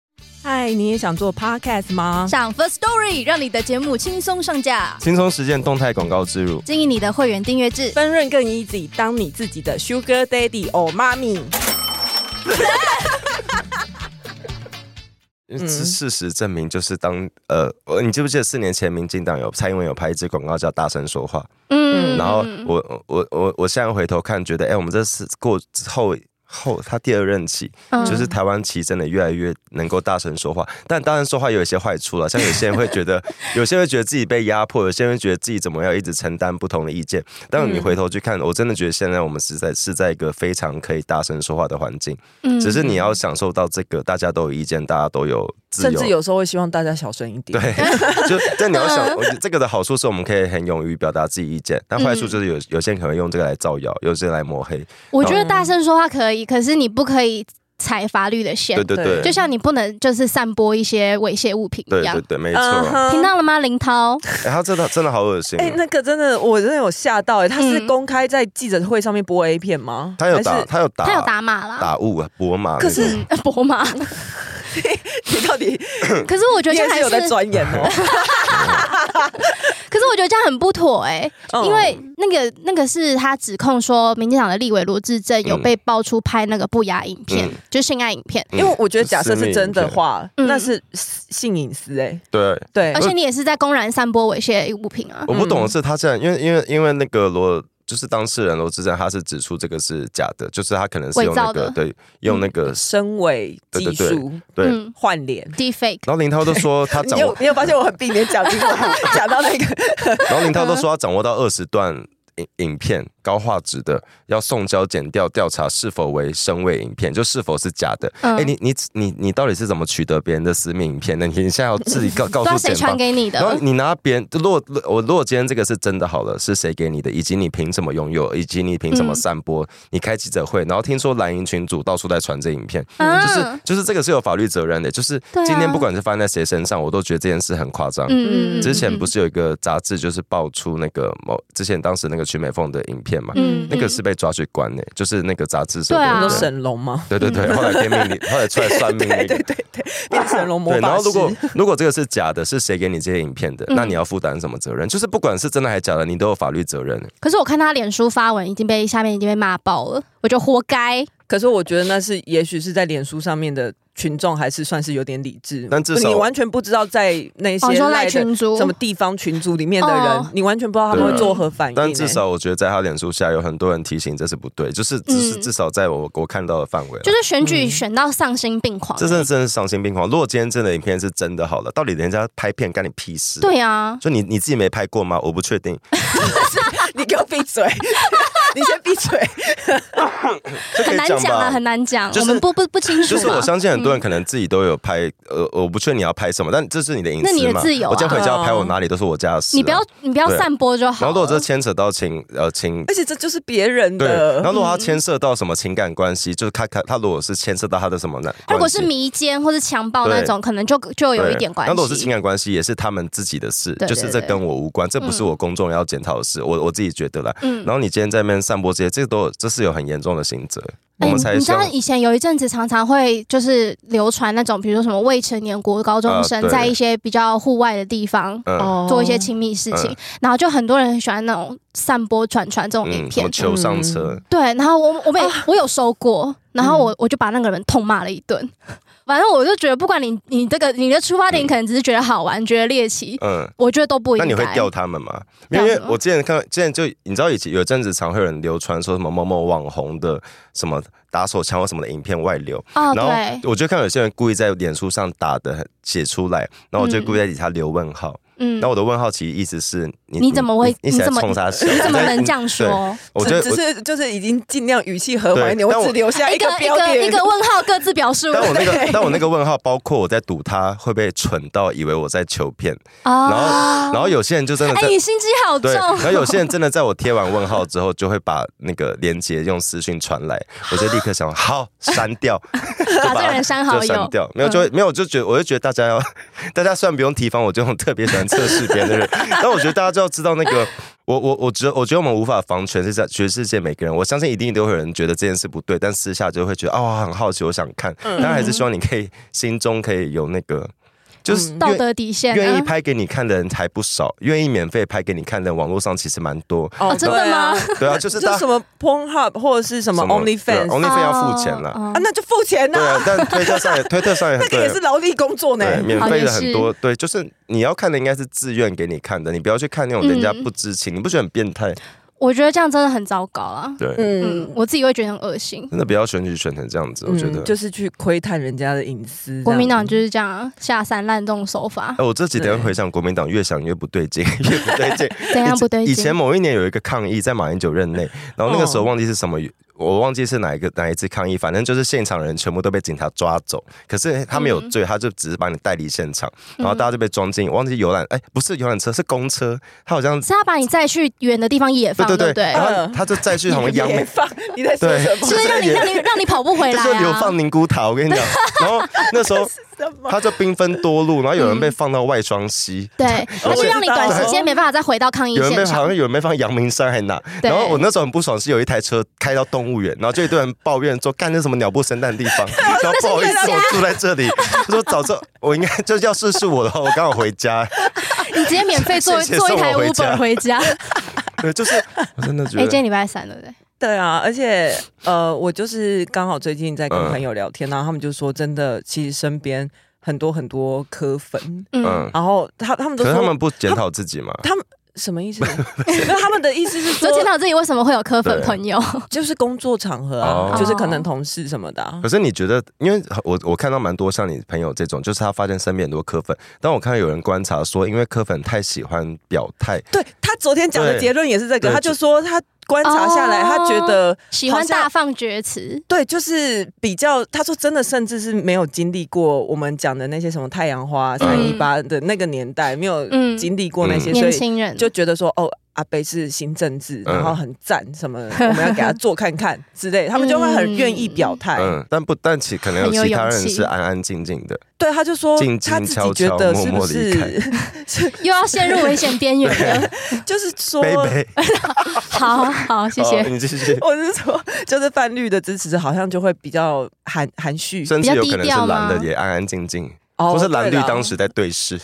A: 嗨，你也想做 podcast 吗？
C: 上 First Story 让你的节目轻松上架。
B: 轻松实践动态广告植入。
C: 经营你的会员订阅制。
A: 分润更 easy，当你自己的 sugar daddy or mommy。
C: 嗯
B: 因为事事实证明，就是当呃，我你记不记得四年前民进党有蔡英文有拍一支广告叫“大声说话”，
C: 嗯
B: 然后我我我我现在回头看，觉得哎、我们这次过后后他第二任期，
C: 嗯
B: 就是台湾棋真的越来越能够大声说话，但大声说话也有一些坏处了，像有些人会觉
C: [laughs]
B: 得，有些人会觉得自己被压迫，有些人会觉得自己怎么样一直承担不同的意见。但
C: 嗯
B: 你回头去看，我真的觉得现在我们是在是在一个非常可以大声说话的环境，
C: 嗯
B: 只是你要享受到这个大家都有意见，大家都有自
A: 甚
B: 由
A: 至。有时候会希望大家小声一 [laughs] 点。
B: 对，就但你要想，我觉得这个的好处是我们可以很勇于表达自己意见，但坏处就是有有些人可能会用这个来造谣，有些人来抹黑。
C: 我觉得大声说话可以，可是你不可以踩法律的线
B: 对，对对，
A: 对
C: 就像你不能就是散播一些猥亵物品
B: 对
C: 一样
B: 对。对，没错。
A: 嗯
B: 哎，
A: 哼
C: 听到了吗，林涛？
B: 他真的真的好恶心哦。
A: 哎、那个真的，我真的有吓到哎、他是
C: 嗯
A: 公开在记者会上面播 A 片吗？
B: 他有
A: 还
B: 打，
A: 是
B: 他有打，
C: 他有打码啦，
B: 打雾啊，博马那种。
A: 可是
C: 嗯
B: [laughs]
C: 博马。
A: 你到底
C: 可是我觉得
A: 你
C: 这
A: 也
C: 还
A: 是
C: 是 [laughs]
A: 有，在钻研哦、
C: 可是我觉得这样很不妥哎、
A: 嗯
C: 因为那个那个是他指控说，民进党的立委罗志正有
B: 嗯
C: 被爆出拍那个不雅影片，
B: 嗯
C: 就性爱影片，
A: 因为我觉得假设是真的话，
C: 嗯
A: 那是性隐私哎、
B: 对，
A: 对
C: 而，且你也是在公然散播猥亵物品啊。
B: 我不懂的是他这样，因为因为因为那个罗就是当事人罗志正，他是指出这个是假的，就是他可能是用那
C: 伪造的
B: 个对用那个、
A: 身伪技
B: 对对
A: 术
B: 对。
C: 嗯
A: 换脸。
C: ，defake，
B: 然后林涛都说他
A: [laughs]
B: 掌
A: 你有
B: 握，
A: 你有发现我很避免讲这个
B: [laughs]
A: 吗，讲到那个
B: 然后林涛都说他掌握到二十段影影片高画质的，要送交检调调查是否为声位影片，就是否是假的。
C: 嗯
B: 哎、你你你你到底是怎么取得别人的私密影片的？你现在要自己告告
C: 嗯不知道
B: 诉
C: 谁
B: 检
C: 传
B: 方。
C: 给你
B: 然后
C: 的。
B: 你拿别人，如果我如果今天这个是真的好了，是谁给你的，以及你凭什么拥有，以及你凭
C: 嗯
B: 什么散播，你开记者会，然后听说蓝营群主到处在传这影片，
C: 啊
B: 就是就是这个是有法律责任的，就是
C: 对啊
B: 今天不管是发生在谁身上，我都觉得这件事很夸张。
C: 嗯
B: 之前不
C: 是，
B: 是有一个杂志就是爆出那个某之前当时那个曲美凤的影片嘛，
C: 嗯
B: 那个是被抓去关的，就是那个杂志社
C: 对啊
A: 你说
B: 的人
A: 沈龙吗？
B: 对对
C: 嗯
B: 对，后来天命理，后来出来算命那个。
A: 变成龙魔
B: 嗯对，然
A: 法
B: 后
A: 师
B: 如。果如果这个是假的，是谁给你这些影片的？
C: 嗯
B: 那你要负担什么责任？就是不管是真的还是假的，你都有法律责任。
C: 可是我看他脸书发文已经被下面已经被骂爆了，我觉得活该。
A: 可是我觉得那是，也许是在脸书上面的群众还是算是有点理智，
B: 但至少
A: 你完全不知道在那
C: 哦，
A: 些
C: 你说赖
A: 赖的
C: 群主
A: 什么地方群组里面的人，
C: 哦
A: 你完全不知道他们会
B: 对啊
A: 作何反应、
B: 但至
A: 欸
B: 少我觉得在他脸书下有很多人提醒这是不对，就是只是
C: 嗯
B: 至少在我我看到的范围啦。
C: 就是选举选到丧心病
B: 嗯
C: 狂、
B: 这真的真的是丧心病狂。如果今天真的影片是真的好了，到底人家拍片干你屁事？，
C: 对啊，
B: 就你你自己没拍过吗？我不确定。
A: [laughs] 你给我闭嘴， [laughs] 你先闭嘴。 [laughs]
B: 这可
C: 很
B: 以
C: 难
B: 讲
C: 讲
B: 吧
C: 啊，嗯很难讲，
B: 就是
C: 我们不不不清楚啊
B: 就是
C: 嘛
B: 我。相信啊很多人可能自己都有拍，呃，我不确定你要拍什么，但这是你的隐私嘛。
C: 那你的自由啊
B: 我今天回家拍我哪里都是我家的事啊、
C: 你不要你不要
B: 对啊
C: 散播就好啊
B: 然
C: 了。
B: 后如果这牵扯到情呃情。
A: 而且这就是别人
B: 对，然
A: 的，
B: 后如果
C: 嗯
B: 他牵涉到什么情感关系，就是他他他如果是牵涉到他的什么呢？
C: 如果
B: 关系
C: 是迷奸或是强暴那种，可能就就有一点关
B: 对那如果是情
C: 系。
B: 感关系，也是他们自己的事，
C: 对
B: 就是这
C: 对对
B: 跟我无关，这不是我公众要检讨的事，我我自己觉得啦。
C: 嗯
B: 然后你今天在那边散播这些，这都有这是有很严重的刑责，我们才
C: 哎你知
B: 希望
C: 道以前有一阵子常常会就是流传那种，比如说什么未成年国高中生
B: 啊对
C: 在一些比较户外的地方
B: 嗯
A: 哦
C: 做一些亲密事情
B: 嗯，
C: 然后就很多人很喜欢那种散播转传这种影
B: 嗯，什
C: 片
B: 么。球上车，
C: 对，然后我我们也、
B: 啊
C: 我有收过，然后
B: 嗯
C: 我我就把那个人痛骂了一顿。 [laughs] 反正我就觉得，不管你你这个你的出发点可能只是觉得好玩，觉得猎奇，
B: 嗯
C: 我觉得都不应
B: 那
C: 该。
B: 你会吊他们吗？
C: 吊
B: 因为
C: 什么
B: 我之前看，之前就你知道，以前有阵子常会有人流传说什么某某网红的什么打手枪或什么的影片外流，
C: 哦，
B: 然
C: 对
B: 后，我就看有些人故意在脸书上打的写出来，然后我就故意在底下留问号。
C: 嗯
B: 那、，我的问号其实意思是你
C: 你怎么会
B: 你
C: 你
B: 你在
C: 怎么
B: 冲他笑？
C: 你怎么
B: 在
C: 能这样？
B: 对
C: 说？
B: 我觉
A: 只
B: 得
A: 只
B: 我。
A: 是就是已经尽量语气和缓一点，
B: 对但
A: 我
B: 我
A: 只留下
C: 一个哎一
A: 标
C: 个
A: 点，
C: 一个问号各自表述。 [laughs]
B: 但我那个
A: 对，
B: 但我那个问号，包括我在赌他会不会蠢到以为我在求骗，然后，
C: 啊
B: 然后有些人就真的
C: 哎，
B: 在
C: 你心机好重
B: 对，。然后有些人真的在我贴完问号之后，就会把那个链接用私讯传来，我就立刻想，好删掉，
C: 把
B: 就
C: 这个人删 [laughs] 好嗯
B: 就
C: 友
B: 删，掉，没有就会没有，我就觉得我就觉得大家要，大家虽然不用提防我这种特别喜欢测试别人的人，但我觉得大家就要知道那个。我我我觉得我觉得我们无法防全世界全世界每个人，我相信一定都会有人觉得这件事不对，但私下就会觉得哦很好奇，我想看，
C: 嗯
B: 当然还是希望你可以心中可以有那个，就是
C: 嗯道
B: 愿
C: 德底线
B: 愿
A: 嗯
B: 意
C: 啊。
B: 拍给你看的人还不少，愿意免费拍给你看的人，网络上其实蛮多。
A: [laughs] 哦
C: 真的吗？
A: 对啊
B: 对啊，就是
A: 就
B: 大
A: 什么 Pornhub 或者是什么 OnlyFans 啊，
B: OnlyFans 要付钱了。
C: 哦哦
A: 那就付钱
B: 对
A: 呐，
B: 啊，但推特
A: [laughs]
B: 上也推特上也
A: 那个
B: 对
A: 也是劳力工作呢。
B: 对免费
C: 也
B: 的很多，对，就是你要看的应该是自愿给你看的，你不要去看那种人家
C: 嗯
B: 不知情，你不觉得很变态？
C: 我觉得这样真的很糟糕啊。
B: 对，
A: 嗯
C: 嗯，，我自己会觉得很恶心。
B: 真的不要选举选成这样子，我觉得
A: 嗯。就是去窥探人家的隐私这样。
C: 国民党就是这样啊下三滥这种手法，
B: 哎，我这几天
A: 对
B: 回想国民党，越想越不对劲， [laughs] 越不对劲。
C: 怎哎样不对
B: 以
C: 劲
B: 前？某一年有一个抗议，在马英九任内，然后那个时候
A: 哦
B: 忘记是什么，我忘记是哪一个哪一次抗议，反正就是现场人全部都被警察抓走，可是他没
C: 嗯
B: 有罪，他就只是把你带离现场，然后大家就被装进，我忘记游览，哎，不是游览车，是公车，他好像
C: 是要把你再去远的地方野放，
B: 对
C: 对
B: 对啊
C: 不对？
B: 然后他就再去什
C: [laughs]
B: 么
A: 你
B: 杨梅
A: 别。放， [laughs] 你在说什么？
C: 就是让你让你让你跑不回
B: 就
C: 来
B: 是流
C: 啊
B: 放！宁古塔，我跟你讲，然后那
C: [laughs]
B: 时候
A: [laughs] 什么？
B: 他就兵分多路，然后有人被
C: 嗯
B: 放到外双溪，
C: 对，他就让你短时间没办法再回到抗议
B: 有人被
C: 现
B: 好
C: 场
B: 像。有人被放阳明山还哪，
C: 对
B: 然后我那时候很不爽，是有一台车开到动物园，然后就一堆人抱怨说干那什么鸟不生蛋的地
C: [laughs]
B: 方，然后 [laughs] 不好意思我住在这里，我说早知道我应该就要是是我的话，我刚好回家， [laughs]
C: 你直接免费坐
B: 谢谢
C: 坐一
B: 送
C: 台
B: 我回家
C: Uber 回家。
B: 对，就是我真的觉
C: 哎，今
B: 得
C: 天礼拜三了，对不对？
A: 对啊，而且呃，我就是刚好最近在跟
B: 嗯
A: 朋友聊天，然后他们就说，真的，其实身边很多很多科粉，
C: 嗯
B: 嗯，
A: 然后他他们都
B: 可
A: 说
B: 是他们不检讨自己嘛？
A: 什么意
B: [laughs]
A: 思？那他们的意思是说
C: 就，见到自己为什么会有科粉
B: 对
C: 朋友？
A: 就是工作场合啊，
B: 哦
A: 就是可能同事什么的、啊
B: 可。是你觉得，因为我我看到蛮多像你朋友这种，就是他发现身边很多科粉，但我看到有人观察说，因为科粉太喜欢表态，
A: 对他昨天讲的
B: 对
A: 结论也是这个，
B: 对
A: 他就说他观察下来，
C: 哦
A: 他觉得
C: 喜欢
A: 好像
C: 大放厥词，
A: 对，就是比较，他说真的，甚至是没有经历过我们讲的那些什么太阳花、三一八的那个年代，没有
C: 嗯
A: 经历过那些，所
B: 嗯
C: 年
A: 以
C: 轻人
A: 就觉得说哦。阿贝是新政治，
B: 嗯
A: 然后很赞什么，我们要给他做看看之类，他们就会很愿意表
C: 哎
A: 态。
B: 嗯，但不，但其可能
C: 很有
B: 有其他
C: 勇
B: 人
C: 气
B: 是安安静静的，
A: 对，他就说
B: 静静
A: 他自己觉得是不
B: 悄悄默默
A: 是， [laughs]
C: 又要陷入危险边缘
B: [laughs]
C: 了。
A: 就是说
B: 贝贝，
C: 好好，谢
B: 好
C: 谢。
B: 哦你继续。
A: [laughs] 我是说，就是泛绿的支持者好像就会比较含含蓄
B: 甚至有可能
C: 比
B: 是
C: 较低调吗
B: 蓝的也安安静静，
A: 哦
B: 或是蓝绿
A: 对啦
B: 当时在对视，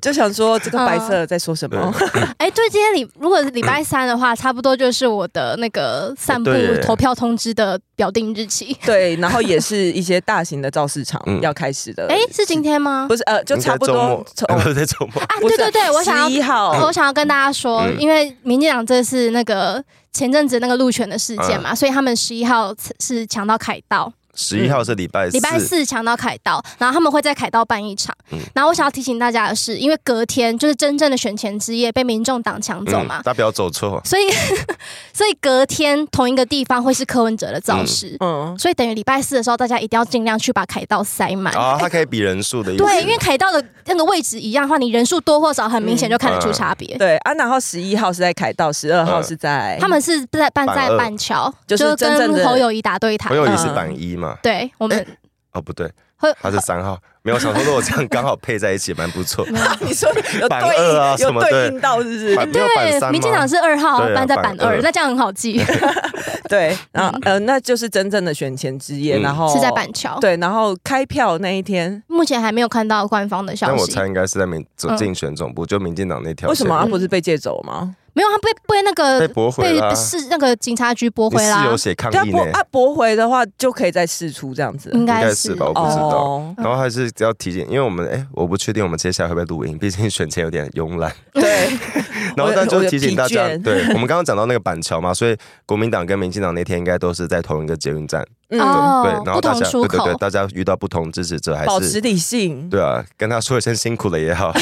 A: 就想说这个白色在说什
B: 对
A: 么，
C: 哎，对，今天礼如果是礼拜三的话，差不多就是我的那个散步
B: 对耶
C: 投票通知的表定日期。
A: 对，然后也是一些大型的造市场
B: 嗯
A: 要开始的，
C: 哎，是今天吗？
A: 不是呃，就差不
B: 应该
A: 多哦
B: 周 [laughs] 末，不是在周
A: [laughs]
B: 末，
C: 啊， [laughs] 对对对，我想要
A: 十一号
C: 我想要跟大家说，
B: 嗯
C: 因为民进党这次那个前阵子那个路权的事件嘛，
B: 嗯
C: 所以他们十一号是抢到凯道，
B: 十一号是礼拜四，
C: 礼拜四抢到凯道，然后他们会在凯道办一场。
B: 嗯
C: 然后我想要提醒大家的是，因为隔天就是真正的选前之夜被民众党抢走
B: 嗯
C: 嘛。
B: 大家不要走
C: [laughs]
B: 错，
C: 所以，所以隔天同一个地方会是柯文哲的造势，
A: 嗯，
C: 所以等于礼拜四的时候，大家一定要尽量去把凯道塞满。
B: 啊，它可以比人数的意思，
C: 哎对，因为凯道的那个位置一样的话，你人数多或少，很明显就看得出
B: 嗯
C: 差别。
A: 对啊，然后十一号是在凯道，十二号是在
C: 他们是在办
B: 板
C: 在
B: 二
C: 板桥，
A: 哎就是真正的
C: 跟侯友谊打对台
B: 朋。友也是
A: 嗯
B: 板一嘛，
C: 对，我们
B: 哦不对，
C: 会
B: 他是三号，没有想说如果这样刚好配在一起，蛮不
C: [laughs]
B: 错。
A: [laughs] 你说有
B: 板
A: 对
B: 二
A: 应、
B: 啊什
A: 有
B: 么
A: 对
B: 的
A: 应到是不是？
B: 板没有板
C: 对，
B: 三
C: 民进党
B: 吗？
C: 是二号
B: 对啊
C: 搬在板
B: 板
C: 二
B: 二，
C: 那这样很好记，
A: 对，然后呃，那就是真正的选前之夜，
B: 嗯
A: 然后
C: 是在板桥。，
A: 哦对，然后开票那一天，
C: 目前还没有看到官方的消
B: 但我
C: 息
B: 猜，应该是在民
C: 嗯
B: 竞选总部，就民进党那条线。
A: 为什么啊？
C: 嗯
A: 不是被借走吗？
C: 没有，他啊被被那
B: 被
C: 个
B: 驳回啦？
C: 是那个警察局驳
B: 你
C: 回
B: 室
C: 啦
B: 友，写抗
A: 对啊，
B: 议
A: 驳
B: 呢？
A: 啊驳回的话，就可以再试出这样子。
C: 应
B: 应该
C: 是
B: 是吧？我不知道。
A: 哦，
C: 嗯
B: 然后还是要提醒，因为我们哎，我不确定我们接下来会不会录音，毕竟选前有点慵
C: [laughs]
B: 懒。
A: 对，
B: 然后但就
A: 我有
B: 提醒大
A: 我有
B: 家
A: 疲，倦
B: 对我们刚刚讲到那个板桥嘛，所以国民党跟民进党那天应该都是在同一个捷运站，
A: 嗯，
C: 哦
B: 对，然后
C: 不
B: 大
C: 同
B: 家
C: 出
B: 对对对，
C: 口。
B: 大家遇到不同支持者还
A: 保
B: 是
A: 持理性。
B: 对啊，跟他说一声辛苦了也
C: [laughs]
B: 好，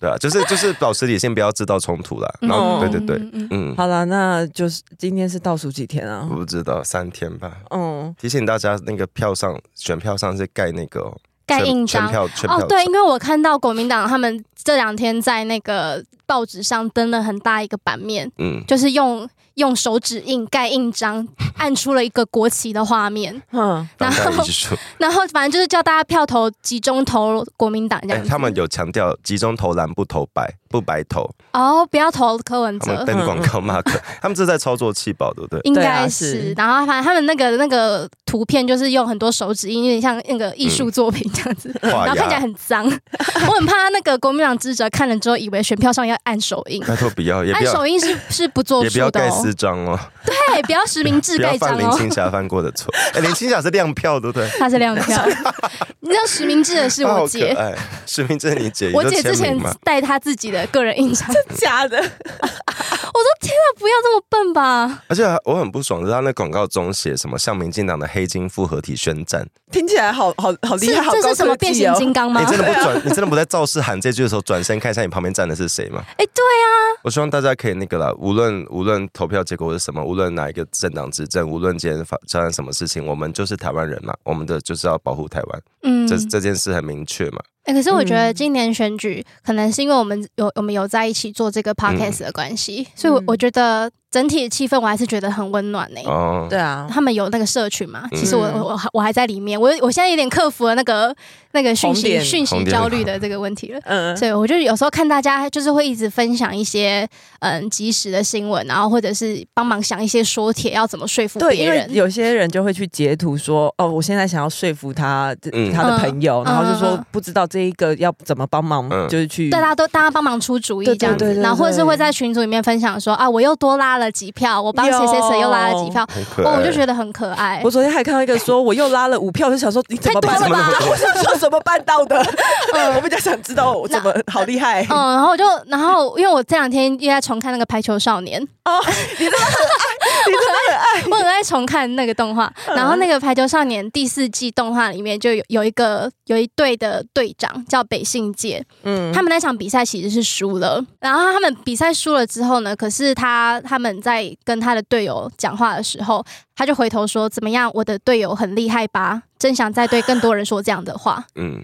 B: 对啊，就是就是保持理性，不要制造冲突啦。然后
A: 嗯
B: 对对对，
C: 嗯，嗯嗯
B: 嗯，
A: 好了，那就是今天是倒数几天啊
B: 我？不知道三天吧。
A: 嗯，
B: 提醒大家，那个票上选票上是盖那个哦
C: 盖印
B: 全全
C: 章。
B: 票全票
C: 哦，对，因为我看到国民党他们这两天在那个报纸上登了很大一个版面，
B: 嗯，
C: 就是用用手指印盖印章，按出了一个国旗的画面，
A: 哼，
B: 当代
C: 然后
B: 艺术，
C: 然后反正就是叫大家票投集中投国民党这
B: 哎
C: 样，子。
B: 他们有强调集中投蓝不投白，不白投，
C: 哦，不要投柯文
B: 他们
C: 哲，
B: 登广告
C: [laughs]
B: mark，他们这是在操作气保，对不对？
C: 应该
A: 对
C: 是。
A: 啊
C: 然后反正他们那个那个图片就是用很多手指印，有点像那个艺术作品这样子，
B: 画
C: [laughs] 然嗯后看起来
B: 押，
C: 很脏。
B: 哎
C: 我很怕那个国民党支持者看了之后，以为选票上要按手印。
B: 拜托不要，也不
C: 按
B: 要
C: 手。印是是不作
B: 也不
C: 数
B: 要
C: 的
B: 盖
C: 哦，
B: 私章哦，
C: 对，不要实名制
B: 不
C: 盖
B: 要
C: 章
B: 犯林
C: 哦，
B: 青霞犯过的
C: [laughs]
B: 错。哎，林青霞是亮票，对不对？
C: 他是亮
B: [laughs]
C: 票。你知道实名制的是
B: 她好
C: 我
B: 可
C: 姐，
B: 爱，实名制你姐，
C: 我
B: 你就
C: 姐之
B: 签
C: 前
B: 名嘛
C: 带她自己的个人印章，我说
A: 假的，
C: 天啊，不要这么笨吧！
B: 而且我很不爽的是，他那广告中写什么向民进党的黑金复合体宣战，
A: 听起来好好好
C: 是
A: 厉害，好
C: 这
A: 高
C: 是什么
A: 科
C: 变
A: 技
C: 形
A: 哦！
C: 金刚吗？
B: 你真的
C: 哎、
B: 不转，你真的不在造势喊这句的时候转身看一下你旁边站的是谁吗？
C: 对啊，
B: 我希望大家可以那个啦，无论无论投票结果是什么，无论哪一个政党执政，无论今天发发生什么事情，我们就是台湾人嘛，我们的就是要保护台湾，
C: 嗯，
B: 这这件事很明确嘛。
C: 哎、可是我觉得
A: 嗯
C: 今年选
A: 嗯
C: 举，可能是因为我们有我们有在一起做这个 podcast 的关系，所以我，我觉得整体的气氛我还是觉得很温暖呢、
B: 哦，
A: 对啊，
C: 他们有那个社群嘛？
B: 嗯
C: 其实我我我还我还在里面，我我现在有点克服了那个那个讯
A: 红
C: 息
A: 点
C: 讯息
B: 红点
C: 焦虑的这个问题了。
A: 嗯，
C: 所以我就有时候看大家就是会一直分享一些嗯及时的新闻，然后或者是帮忙想一些说帖要怎么说服
A: 对，
C: 别
A: 因为
C: 人。
A: 有些人就会去截图说，哦，我现在想要说服他、
B: 嗯
A: 他的朋友，
C: 嗯
A: 然后就
C: 嗯
A: 说
C: 嗯
A: 不知道这一个要怎么帮忙，
B: 嗯
A: 就是去
C: 对，大家都大家帮忙出主意
A: 对对
C: 这样子，
A: 对对对
C: 然后或者是会在群组里面分享说啊，我又多拉了几票，我帮谁谁谁又拉了几票，
B: 很可爱。
C: 哦，我就觉得很可爱
A: 我。昨天还看到一个说，我又拉了五票，就想说你怎么办
C: 太多了吧
A: [laughs] 我想说怎么办到的？
C: 嗯
A: 我比较想知道我怎么好厉害
C: [laughs] 嗯，然后我就，然后因为我这两天又在重看那个《排球少年》，
A: [laughs] 哦！你真的很爱，你真的很爱。
C: 我很爱重看那个动画，
A: 嗯
C: 然后那个《排球少年》第四季动画里面就有有一个有一队的队长叫北信介，
A: 嗯
C: 他们那场比赛其实是输了，然后他们比赛输了之后呢，可是他他们在跟他的队友讲话的时候，他就回头说：“怎么样，我的队友很厉害吧？”真想再对更多人说这样的话，
B: 嗯，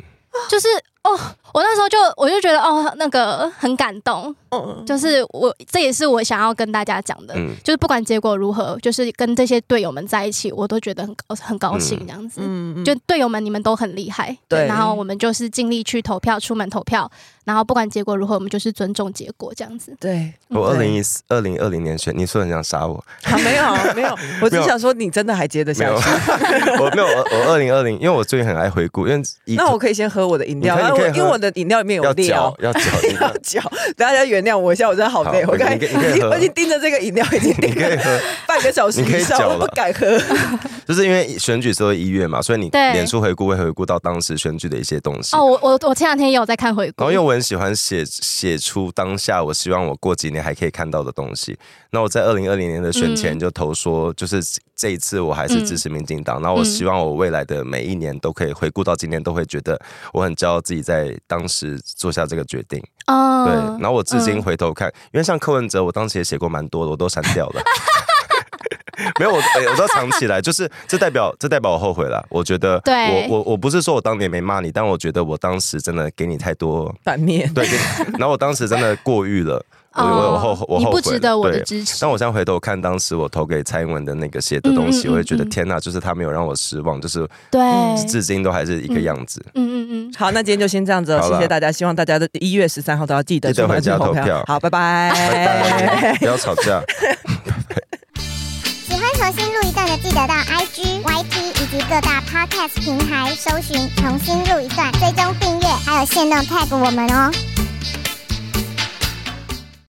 C: 就是哦，我那时候就我就觉得哦，那个很感动，
A: 嗯
C: 就是我这也是我想要跟大家讲的，
B: 嗯
C: 就是不管结果如何，就是跟这些队友们在一起，我都觉得很高很高兴
B: 嗯
C: 这样子。
A: 嗯
C: 就队友们，你们都很厉害，
A: 对
C: 然后我们就是尽力去投票，出门投票，然后不管结果如何，我们就是尊重结果这样子。
A: 对
B: 我二
A: 嗯对
B: 零一四、二零二零年选，你说很想杀我，
A: 啊，没有
B: [laughs]
A: 没有，我只
B: 没有
A: 想说你真的还接得
B: 没
A: 下
B: 有，
A: 去。
B: [laughs] 我没有，我我二零二零，因为我最近很爱回顾，因为以
A: 那我可以先喝我的饮料，
B: 你可以
A: 因为我
B: 你可以喝
A: 因为我的饮料里面有
B: 要
A: 料
B: 嚼。要嚼，你
A: 要
C: [laughs]
A: 嚼，大家原谅我一下，我真的好累。
B: 好
A: 我刚才
B: 你可以你可以喝
A: 我已经盯着这个饮料已经
B: 你
A: 盯
B: 可以
A: 了
B: 喝，
A: 半个小时以
B: 你可以
A: 上，
B: 嚼
A: 我
B: 了
A: 不敢 [laughs] 喝。
B: 就是因为选举时候一月嘛，所以你
C: 对
B: 脸书回顾会回顾到当时选举的一些东西。
C: 哦，我我我前两天也有在看回顾
B: 然哦后，因为我很喜欢写写出当下，我希望我过几年还可以看到的东西。那我在二零二零年的选前就投说，就是这一次我还是支持民进党。那、我希望我未来的每一年都可以回顾到今天，都会觉得我很骄傲自己在当时做下这个决定。
C: 哦
B: 对，然后我至今回头看，因为像柯文哲，我当时也写过蛮多的，我都删掉了。 [laughs] 没有我，哎我都藏起来，就是这代表这代表我后悔了。我觉得
C: 对
B: 我我我不是说我当年没骂你，但我觉得我当时真的给你太多
A: 反面
B: [laughs] 对，给你然后我当时真的过誉了，我我有后我
C: 哦你
B: 后
C: 不
B: 悔
C: 值得
B: 了
C: 我的
B: 对嗯
C: 支持
B: 但。我现在回头看当时我投给蔡英文的那个写的东西，
C: 嗯嗯嗯
B: 我会觉得
C: 嗯哎
B: 天呐，就是他没有让我失望，就是
C: 对，
A: 嗯
B: 至今都还是一个样子。
C: 嗯嗯嗯，
A: 好，那今天就先这样子哦，
B: 好
A: 谢
B: 啦
A: 谢大家，希望大家的一月十三号都要记得
B: 记得
A: 出门
B: 回家
A: 投
B: 投票
A: 好，拜
C: 哎
B: 拜拜，不要吵架。
D: 喜欢重新录一段的，记得到 IG、YT 以及各大 Podcast 平台搜寻“重新录一段”，追踪订阅，还有限定 tag 我们哦。